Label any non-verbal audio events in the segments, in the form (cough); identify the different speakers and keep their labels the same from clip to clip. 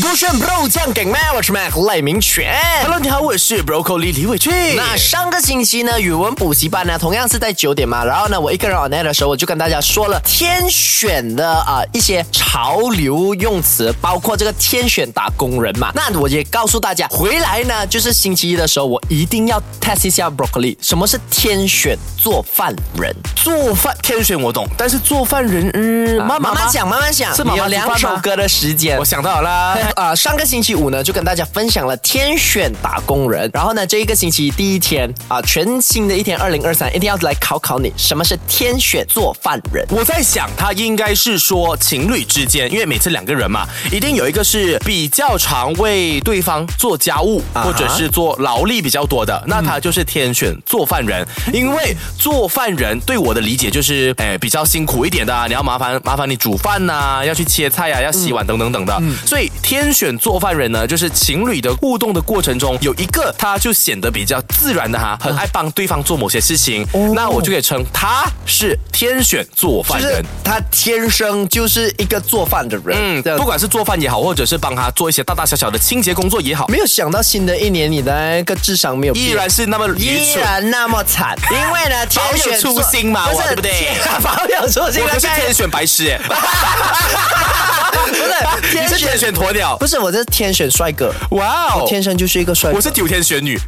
Speaker 1: 不炫 bro 酱给 Mac Mac 赖明全。
Speaker 2: Hello，你好，我是 Broccoli 李伟俊。
Speaker 1: 那上个星期呢，语文补习班呢，同样是在九点嘛。然后呢，我一个人 on air 的时候，我就跟大家说了天选的啊、一些潮流用词，包括这个天选打工人嘛。那我也告诉大家，回来呢，就是星期一的时候，我一定要 test 一下 broccoli，什么是天选做饭人。
Speaker 2: 做饭天选我懂，但是做饭人，嗯，妈妈
Speaker 1: 慢慢想，慢慢想，
Speaker 2: 是妈妈
Speaker 1: 你有两
Speaker 2: 煮饭
Speaker 1: 首
Speaker 2: 吗
Speaker 1: 歌的时间
Speaker 2: 我。想到了啦。 (laughs)
Speaker 1: (laughs) 呃，上个星期五呢，就跟大家分享了天选打工人。然后呢，这一个星期第一天啊、全新的一天，二零二三，一定要来考考你，什么是天选做饭人？
Speaker 2: 我在想，他应该是说情侣之间，因为每次两个人嘛，一定有一个是比较常为对方做家务，
Speaker 1: 啊哈
Speaker 2: 或者是做劳力比较多的，那他就是天选做饭人。因为做饭人对我的理解就是，哎，比较辛苦一点的、啊，你要麻烦麻烦你煮饭呐、要去切菜啊，要洗碗等等等的。
Speaker 1: 嗯
Speaker 2: 所以天选做饭人呢，就是情侣的互动的过程中，有一个他就显得比较自然的哈、很爱帮对方做某些事情，
Speaker 1: 哦
Speaker 2: 那我就可以称他是天选做
Speaker 1: 就
Speaker 2: 饭
Speaker 1: 是
Speaker 2: 人。
Speaker 1: 他天生就是一个做饭的人，
Speaker 2: 嗯
Speaker 1: 这，样
Speaker 2: 不管是做饭也好，或者是帮他做一些大大小小的清洁工作也好，
Speaker 1: 没有想到新的一年你的那个智商没有变
Speaker 2: 依然是那么愚
Speaker 1: 依
Speaker 2: 蠢。
Speaker 1: 然那么
Speaker 2: (laughs)
Speaker 1: 惨，因为呢，天选
Speaker 2: 保有
Speaker 1: 做
Speaker 2: 初心嘛
Speaker 1: 不
Speaker 2: 我
Speaker 1: 是
Speaker 2: 对不对
Speaker 1: 天 (laughs) 保有初心，啊
Speaker 2: 我可是
Speaker 1: 大概
Speaker 2: 天选白痴哎，
Speaker 1: 不是
Speaker 2: (laughs) 你
Speaker 1: 天
Speaker 2: 是天
Speaker 1: 选，
Speaker 2: 选鸵鸟，
Speaker 1: 不是我这是天选帅哥，
Speaker 2: 哇哦，
Speaker 1: 天生就是一个帅哥，
Speaker 2: 我是九天玄女，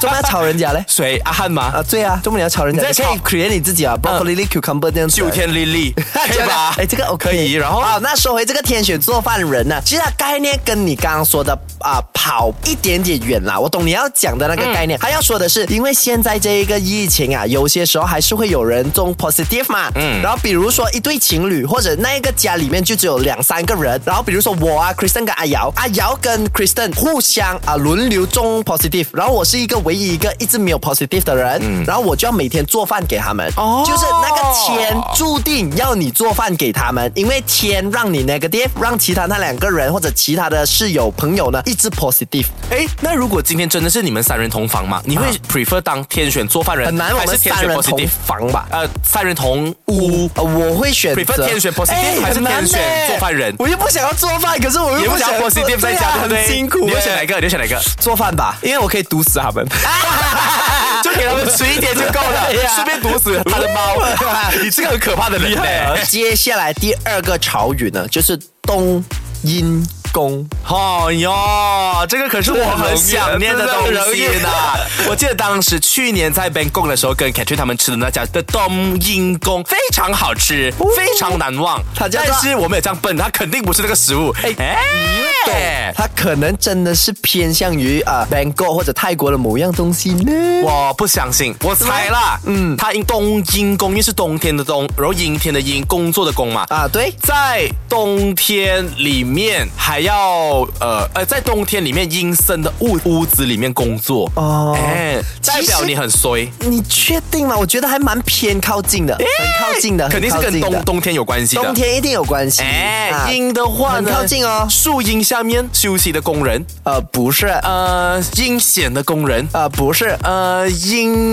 Speaker 1: 怎么要吵人家嘞？
Speaker 2: 谁阿汉吗？
Speaker 1: 啊，对啊，这么你要吵人家，
Speaker 2: 你在嗯
Speaker 1: 你可以 create 你自己啊，broccoli、cucumber 这样子。啊
Speaker 2: 九天莉 (laughs) 莉，可以吧？
Speaker 1: 哎，这个 OK。
Speaker 2: 可以。然后
Speaker 1: 好，那说回这个天选做饭人呢，其实它概念跟你刚刚说的啊、跑一点点远啦。我懂你要讲的那个概
Speaker 2: 嗯
Speaker 1: 念，他、要说的是，因为现在这一个疫情啊，有些时候还是会有人中 positive 嘛。嗯。然后比如说一对情侣，或者那一个家里面就只有两三个人，然后比如说我啊，Kristen 跟阿瑶，阿瑶跟 Kristen 互相啊轮流中 positive，然后我是一个唯一一个一直没有 positive 的人，
Speaker 2: 嗯
Speaker 1: 然后我就要每天做饭给他们，
Speaker 2: 哦
Speaker 1: 就是那个天注定要你做饭给他们，因为天让你 negative，让其他那两个人或者其他的室友朋友呢一直 positive。
Speaker 2: 哎，那如果今天真的是你们三人同房嘛，你会 prefer 当天选做饭人，
Speaker 1: 啊很难，我
Speaker 2: 还
Speaker 1: 们
Speaker 2: 是天
Speaker 1: 三
Speaker 2: 选
Speaker 1: 人同
Speaker 2: positive？
Speaker 1: 房吧。
Speaker 2: 呃，三人同屋。
Speaker 1: 呃我会选择
Speaker 2: prefer 天选 positive
Speaker 1: 哎
Speaker 2: 还是
Speaker 1: 很难
Speaker 2: 天选
Speaker 1: 呢
Speaker 2: 做饭人
Speaker 1: 我又不想要做饭，可是我
Speaker 2: 也
Speaker 1: 又
Speaker 2: 不
Speaker 1: 不
Speaker 2: 想
Speaker 1: 想
Speaker 2: 要 positive 在家，对不
Speaker 1: 对啊
Speaker 2: 对？
Speaker 1: 很辛苦。
Speaker 2: 你会选哪一
Speaker 1: 个？
Speaker 2: 个？你会选哪一个？
Speaker 1: 做
Speaker 2: (laughs)
Speaker 1: 饭吧，因为我可以毒死他们。
Speaker 2: 就给他们吃一点就够了
Speaker 1: (laughs) 对，呀啊
Speaker 2: 顺便毒死他的
Speaker 1: (laughs)
Speaker 2: 猫。你这个很可怕的人欸呢。
Speaker 1: 接下来第二个潮语呢，就是冬阴功。
Speaker 2: 哦哟，这个可是我很想念的东西呢。我记得当时去年在 Bangkok 的时候，跟 k a t r i n 他们吃的那家的冬阴功非常好吃，非常难忘。
Speaker 1: 它叫做
Speaker 2: 但是我没有这样笨，它肯定不是那个食物。哎，你
Speaker 1: 懂，它可能真的是偏向于啊、呃、Bangkok 或者泰国的某样东西呢。
Speaker 2: 我不相信，我猜啦，嗯，它因冬阴功，因为是冬天的冬，然后阴天的阴，工作的工嘛，
Speaker 1: 啊，对，
Speaker 2: 在冬天里面还要呃呃，在冬天里面阴森的屋屋子里面工作
Speaker 1: 哦
Speaker 2: 哎，代表你很衰。
Speaker 1: 你确定吗？我觉得还蛮偏靠近的，很靠近的，
Speaker 2: 哎肯定是
Speaker 1: 很靠
Speaker 2: 跟
Speaker 1: 近
Speaker 2: 冬
Speaker 1: 的
Speaker 2: 冬天有关系的。
Speaker 1: 冬天一定有关系。啊
Speaker 2: 哎，阴的话呢，
Speaker 1: 很靠近哦
Speaker 2: 树荫下面休息的工人，
Speaker 1: 呃，不是，
Speaker 2: 呃，阴险的工人，
Speaker 1: 呃，不是。
Speaker 2: 呃，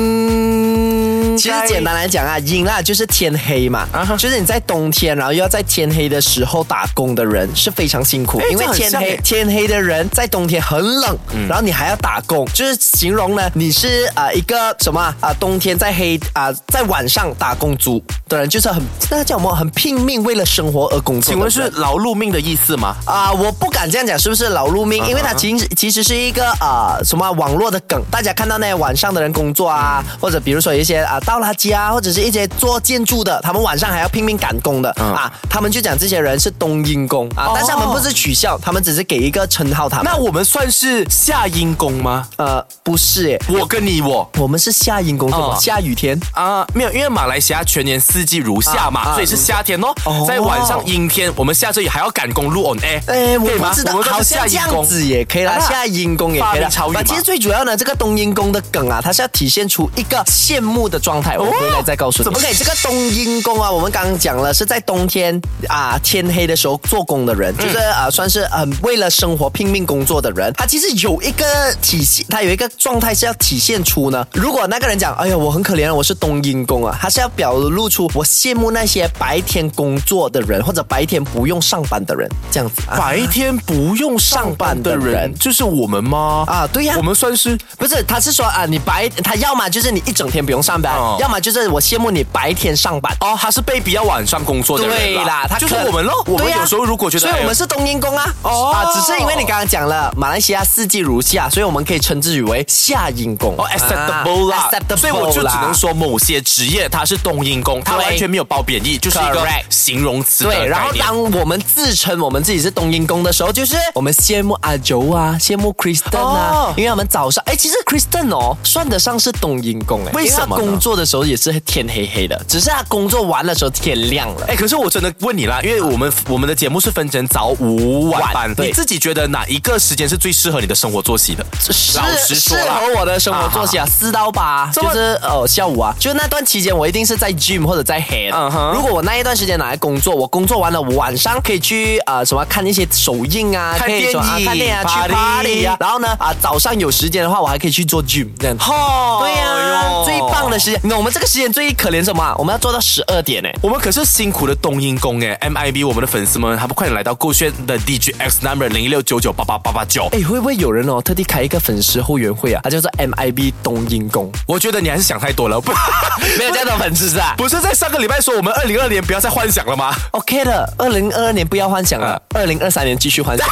Speaker 2: 阴。
Speaker 1: 其实简单来讲啊，阴啦就是天黑嘛
Speaker 2: 啊哈
Speaker 1: 就是你在冬天，然后又要在天黑的时候打工的人是非常辛苦，
Speaker 2: 哎
Speaker 1: 因为
Speaker 2: 这很
Speaker 1: 天
Speaker 2: 像嗯
Speaker 1: 黑
Speaker 2: 哎
Speaker 1: 天黑的人在冬天很冷，然后你还要打工，就是形容呢你是啊、呃一个什么啊、啊冬天在黑啊、在晚上打工族的人，就是很那叫什么很拼命为了生活而工作
Speaker 2: 请
Speaker 1: 的人。
Speaker 2: 问是劳碌命的意思吗？
Speaker 1: 啊、我不敢这样讲，是不是劳碌
Speaker 2: 啊
Speaker 1: 命？因为它其实其实是一个啊、呃什么啊网络的梗，大家看到那些晚上的人工作啊，
Speaker 2: 嗯
Speaker 1: 或者比如说有一些啊、倒垃圾啊，或者是一些做建筑的，他们晚上还要拼命赶工
Speaker 2: 嗯
Speaker 1: 的、啊，他们就讲这些人是冬阴功啊，但是他们不是取笑，他们只是给一个称号他们。
Speaker 2: 哦那我们算是夏阴功吗？
Speaker 1: 呃，不是诶，
Speaker 2: 我跟你我。
Speaker 1: 我们是夏阴功，什么、
Speaker 2: 哦
Speaker 1: 下雨天？
Speaker 2: 啊，没有，因为马来西亚全年四季如夏嘛，
Speaker 1: 啊啊
Speaker 2: 所以是夏天哦。
Speaker 1: 哦
Speaker 2: 在晚上阴天，我们下着雨还要赶公路 on air，
Speaker 1: 哎，我
Speaker 2: 可以
Speaker 1: 不
Speaker 2: 吗
Speaker 1: 知道
Speaker 2: 我，们
Speaker 1: 好
Speaker 2: 都是夏
Speaker 1: 像这
Speaker 2: 阴
Speaker 1: 样
Speaker 2: 功。
Speaker 1: 子也可以啦，
Speaker 2: 啊
Speaker 1: 夏阴功也可以
Speaker 2: 发明
Speaker 1: 啦
Speaker 2: 潮语。嘛
Speaker 1: 其实最主要呢，这个冬阴功的梗啊，它是要体现出一个羡慕的状态。我
Speaker 2: 哦
Speaker 1: 回来再告诉你。
Speaker 2: 怎么
Speaker 1: OK，这个冬阴功啊，我们刚刚讲了，是在冬天啊天黑的时候做工的人，就是啊算是很为了生活拼命工作的人，他其实有一个体系，他有一个状态是要体现出呢。如果那个人讲，哎呀，我很可怜，我是冬阴功啊，他是要表露出我羡慕那些白天工作的人，或者白天不用上班的人，这样子啊。
Speaker 2: 白天不用上班的
Speaker 1: 上班的
Speaker 2: 人
Speaker 1: 人
Speaker 2: 就是我们吗？
Speaker 1: 啊对呀
Speaker 2: 我们算是
Speaker 1: 不是，他是说啊，你白他要么就是你一整天不用上班，
Speaker 2: 哦
Speaker 1: 要么就是我羡慕你白天上班。
Speaker 2: 哦，他是被逼要晚上工作的人
Speaker 1: 对啦，他
Speaker 2: 就是
Speaker 1: 可
Speaker 2: 我们喽。我
Speaker 1: 对
Speaker 2: 们
Speaker 1: 呀
Speaker 2: 有时候如果觉得，哎
Speaker 1: 所以我们是冬阴功啊。
Speaker 2: 哦
Speaker 1: 啊，只是因为你刚刚讲了马来西亚四季如夏，所以我们可以称之于为夏阴功。
Speaker 2: 哦 acceptable 啦
Speaker 1: 啊 acceptable
Speaker 2: 所以我就只能
Speaker 1: 啦。
Speaker 2: 说某些职业它是冬阴功，它
Speaker 1: 对
Speaker 2: 完全没有褒贬义，就是一个
Speaker 1: Correct
Speaker 2: 形容词的
Speaker 1: 对，然后
Speaker 2: 概念
Speaker 1: 当我们自称我们自己是冬阴功的时候，就是我们羡慕阿九啊，羡慕 Kristen 啊，
Speaker 2: 哦
Speaker 1: 因为他们早上，哎，其实 Kristen 哦，算得上是冬阴功哎，
Speaker 2: 为什么呢
Speaker 1: 因为他工作的时候也是天黑黑的，只是他工作完的时候天亮了。
Speaker 2: 哎，可是我真的问你啦，因为我们我们的节目是分成早午晚班
Speaker 1: 晚，对
Speaker 2: 你自己觉得哪一个时间是最适合你的生活作息的？
Speaker 1: 适
Speaker 2: 老实说
Speaker 1: 适
Speaker 2: 啦
Speaker 1: 合我的生活作息啊，四到八
Speaker 2: 这
Speaker 1: 就
Speaker 2: 么
Speaker 1: 是呃下午啊，就是那段期间我一定是在 gym 或者在 head。
Speaker 2: 嗯哼
Speaker 1: 如果我那一段时间拿来工作，我工作完了晚上可以去呃什么看一些首映啊，
Speaker 2: 看
Speaker 1: 可以什么
Speaker 2: 电影
Speaker 1: 啊看电影啊，去
Speaker 2: party
Speaker 1: party 啊，然后呢啊、早上有时间的话，我还可以去做 gym 这样。
Speaker 2: 哦
Speaker 1: 对呀、
Speaker 2: 哟
Speaker 1: 最棒的时间。那我们这个时间最可怜什么啊？我们要做到十二点呢、
Speaker 2: 我们可是辛苦的冬阴功哎！MIB 我们的粉丝们，还不快点来到购炫的 DGX number 零一六九九八八八八九。
Speaker 1: 哎，会不会有人哦特地开一个粉丝后援会啊？他叫做 MIB 冬阴功，
Speaker 2: 我觉得你还是想太多了，不 (laughs)
Speaker 1: 没有这样的粉丝是吧？
Speaker 2: 不是在上个礼拜说我们二零二年不要再幻想了吗？
Speaker 1: OK 的，二零二二年不要幻想了，二零二三年继续幻想。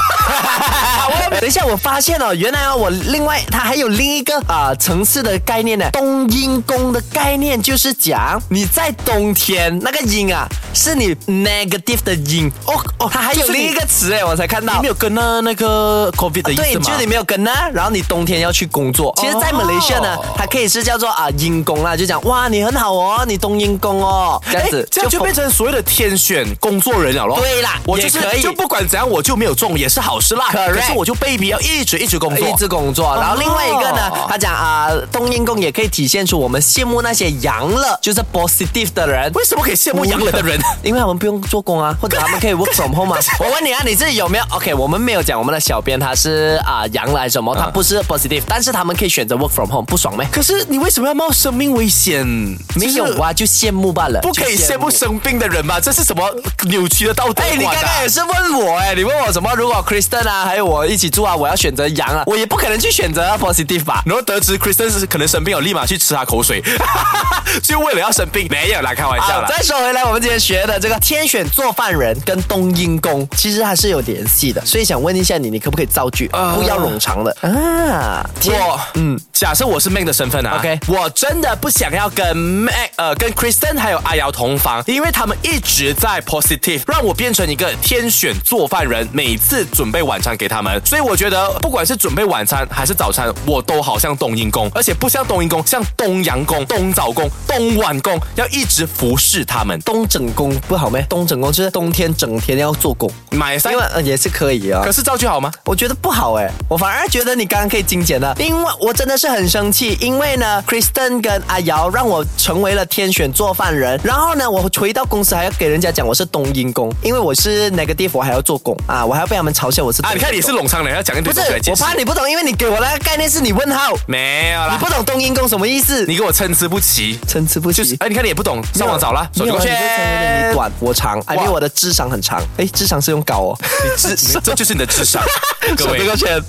Speaker 1: 等一下，啊 (laughs) 我发现哦，原来哦，我另外它还有另一个啊、层次的概念呢。冬阴功的概念就是讲你在冬天那个阴啊，是你 negative 的阴哦哦，它还有
Speaker 2: 就是你
Speaker 1: 另一个词哎，我才看到。
Speaker 2: 你没有跟那那个 COVID 的意
Speaker 1: 对，
Speaker 2: 思吗？
Speaker 1: 就是你没有跟呢，然后你冬天要去工作。其实，在马来西亚呢，它可以是叫做啊阴功啦，就讲哇你很好哦，你冬阴功哦，这样子
Speaker 2: 哎这样就
Speaker 1: 风
Speaker 2: 变成所谓的天选工作人了咯。
Speaker 1: 对啦
Speaker 2: 我
Speaker 1: 也
Speaker 2: 就是
Speaker 1: 可以
Speaker 2: 就不管怎样，我就没有中也是好事啦。
Speaker 1: Correct
Speaker 2: 可是我就被逼要一哎直一直工作，
Speaker 1: 呃一直工
Speaker 2: 哦
Speaker 1: 作，然后另外一个呢，他讲啊、冬阴功也可以体现出我们羡慕那些阳了，就是 positive 的人。
Speaker 2: 为什么可以羡慕洋人的人？
Speaker 1: 因为他们不用做工啊，或者他们可以 work from home 啊。我问你啊，你自己有没有？OK，我们没有讲我们的小编他是啊、阳了还是什么，他不是 positive，、但是他们可以选择 work from home，不爽咩？
Speaker 2: (laughs) 可是你为什么要冒生命危险？
Speaker 1: 没有
Speaker 2: 就是
Speaker 1: 啊，就羡慕罢了，
Speaker 2: 不可以
Speaker 1: 就
Speaker 2: 羡慕生病的人嘛？这是什么扭曲的道德
Speaker 1: 哎，你刚
Speaker 2: 观啊
Speaker 1: 刚也？是问我哎，你问我什么？如果 Kristen 啊，还有我一起住啊，我要选择阳啊，我也不可能去选择 positive 吧。
Speaker 2: 然后得知 Kristen 是可能生病了，立马去吃他口水， (laughs) 就为了要生病，没有啦，开玩笑
Speaker 1: 好，
Speaker 2: 啦。
Speaker 1: 再说回来，我们今天学的这个天选做饭人跟冬阴功，其实还是有联系的，所以想问一下你，你可不可以造句？
Speaker 2: 呃
Speaker 1: 不要冗长的啊。天
Speaker 2: 我嗯，假设我是 Mac 的身份啊
Speaker 1: OK
Speaker 2: 我真的不想要跟 Mac 呃跟 Kristen 还有阿瑶同房，因为他们一直在 positive，让我变成一个天选做饭人，每次准备晚餐给他们，所以我觉得不管是准备晚餐还是早餐，我都好像冬阴功，而且不像冬阴功，像冬阳功、冬早功、冬晚功，要一直服侍他们。
Speaker 1: 冬整工不好咩？冬整工就是冬天整天要做工，
Speaker 2: 买三
Speaker 1: 因为、呃、也是可以啊
Speaker 2: 可。是造句好吗？
Speaker 1: 我觉得不好哎、我反而觉得你刚刚可以精简了，因为我真的是很生气，因为呢，Kristen 跟阿瑶让我成为了天选做饭人，然后呢，我回到公司还要给人家讲我是冬阴功，因为我是 negative，我还要做工啊，我还要被他们嘲笑我是
Speaker 2: 啊，你看你是
Speaker 1: 冬阴
Speaker 2: 冗长人，要讲一堆
Speaker 1: 功不
Speaker 2: 东西来
Speaker 1: 是？
Speaker 2: 解
Speaker 1: 我
Speaker 2: 释。
Speaker 1: 怕你不懂，因为你给我那个概念是你问号，你
Speaker 2: 没有啦，
Speaker 1: 不懂冬阴功什么意思，
Speaker 2: 你给我参差不齐。
Speaker 1: 参差不齐。
Speaker 2: 就是哎，你看你也不懂，上网找啦，手
Speaker 1: 没
Speaker 2: 机
Speaker 1: 有
Speaker 2: 过
Speaker 1: 啊
Speaker 2: 去。
Speaker 1: 你这成为
Speaker 2: (laughs)
Speaker 1: 了你短我长，哎，因为我的智商很长，哎，智商是用高哦，
Speaker 2: 智，这就是你的智商，各
Speaker 1: (laughs) 手
Speaker 2: 位
Speaker 1: 这。个圈。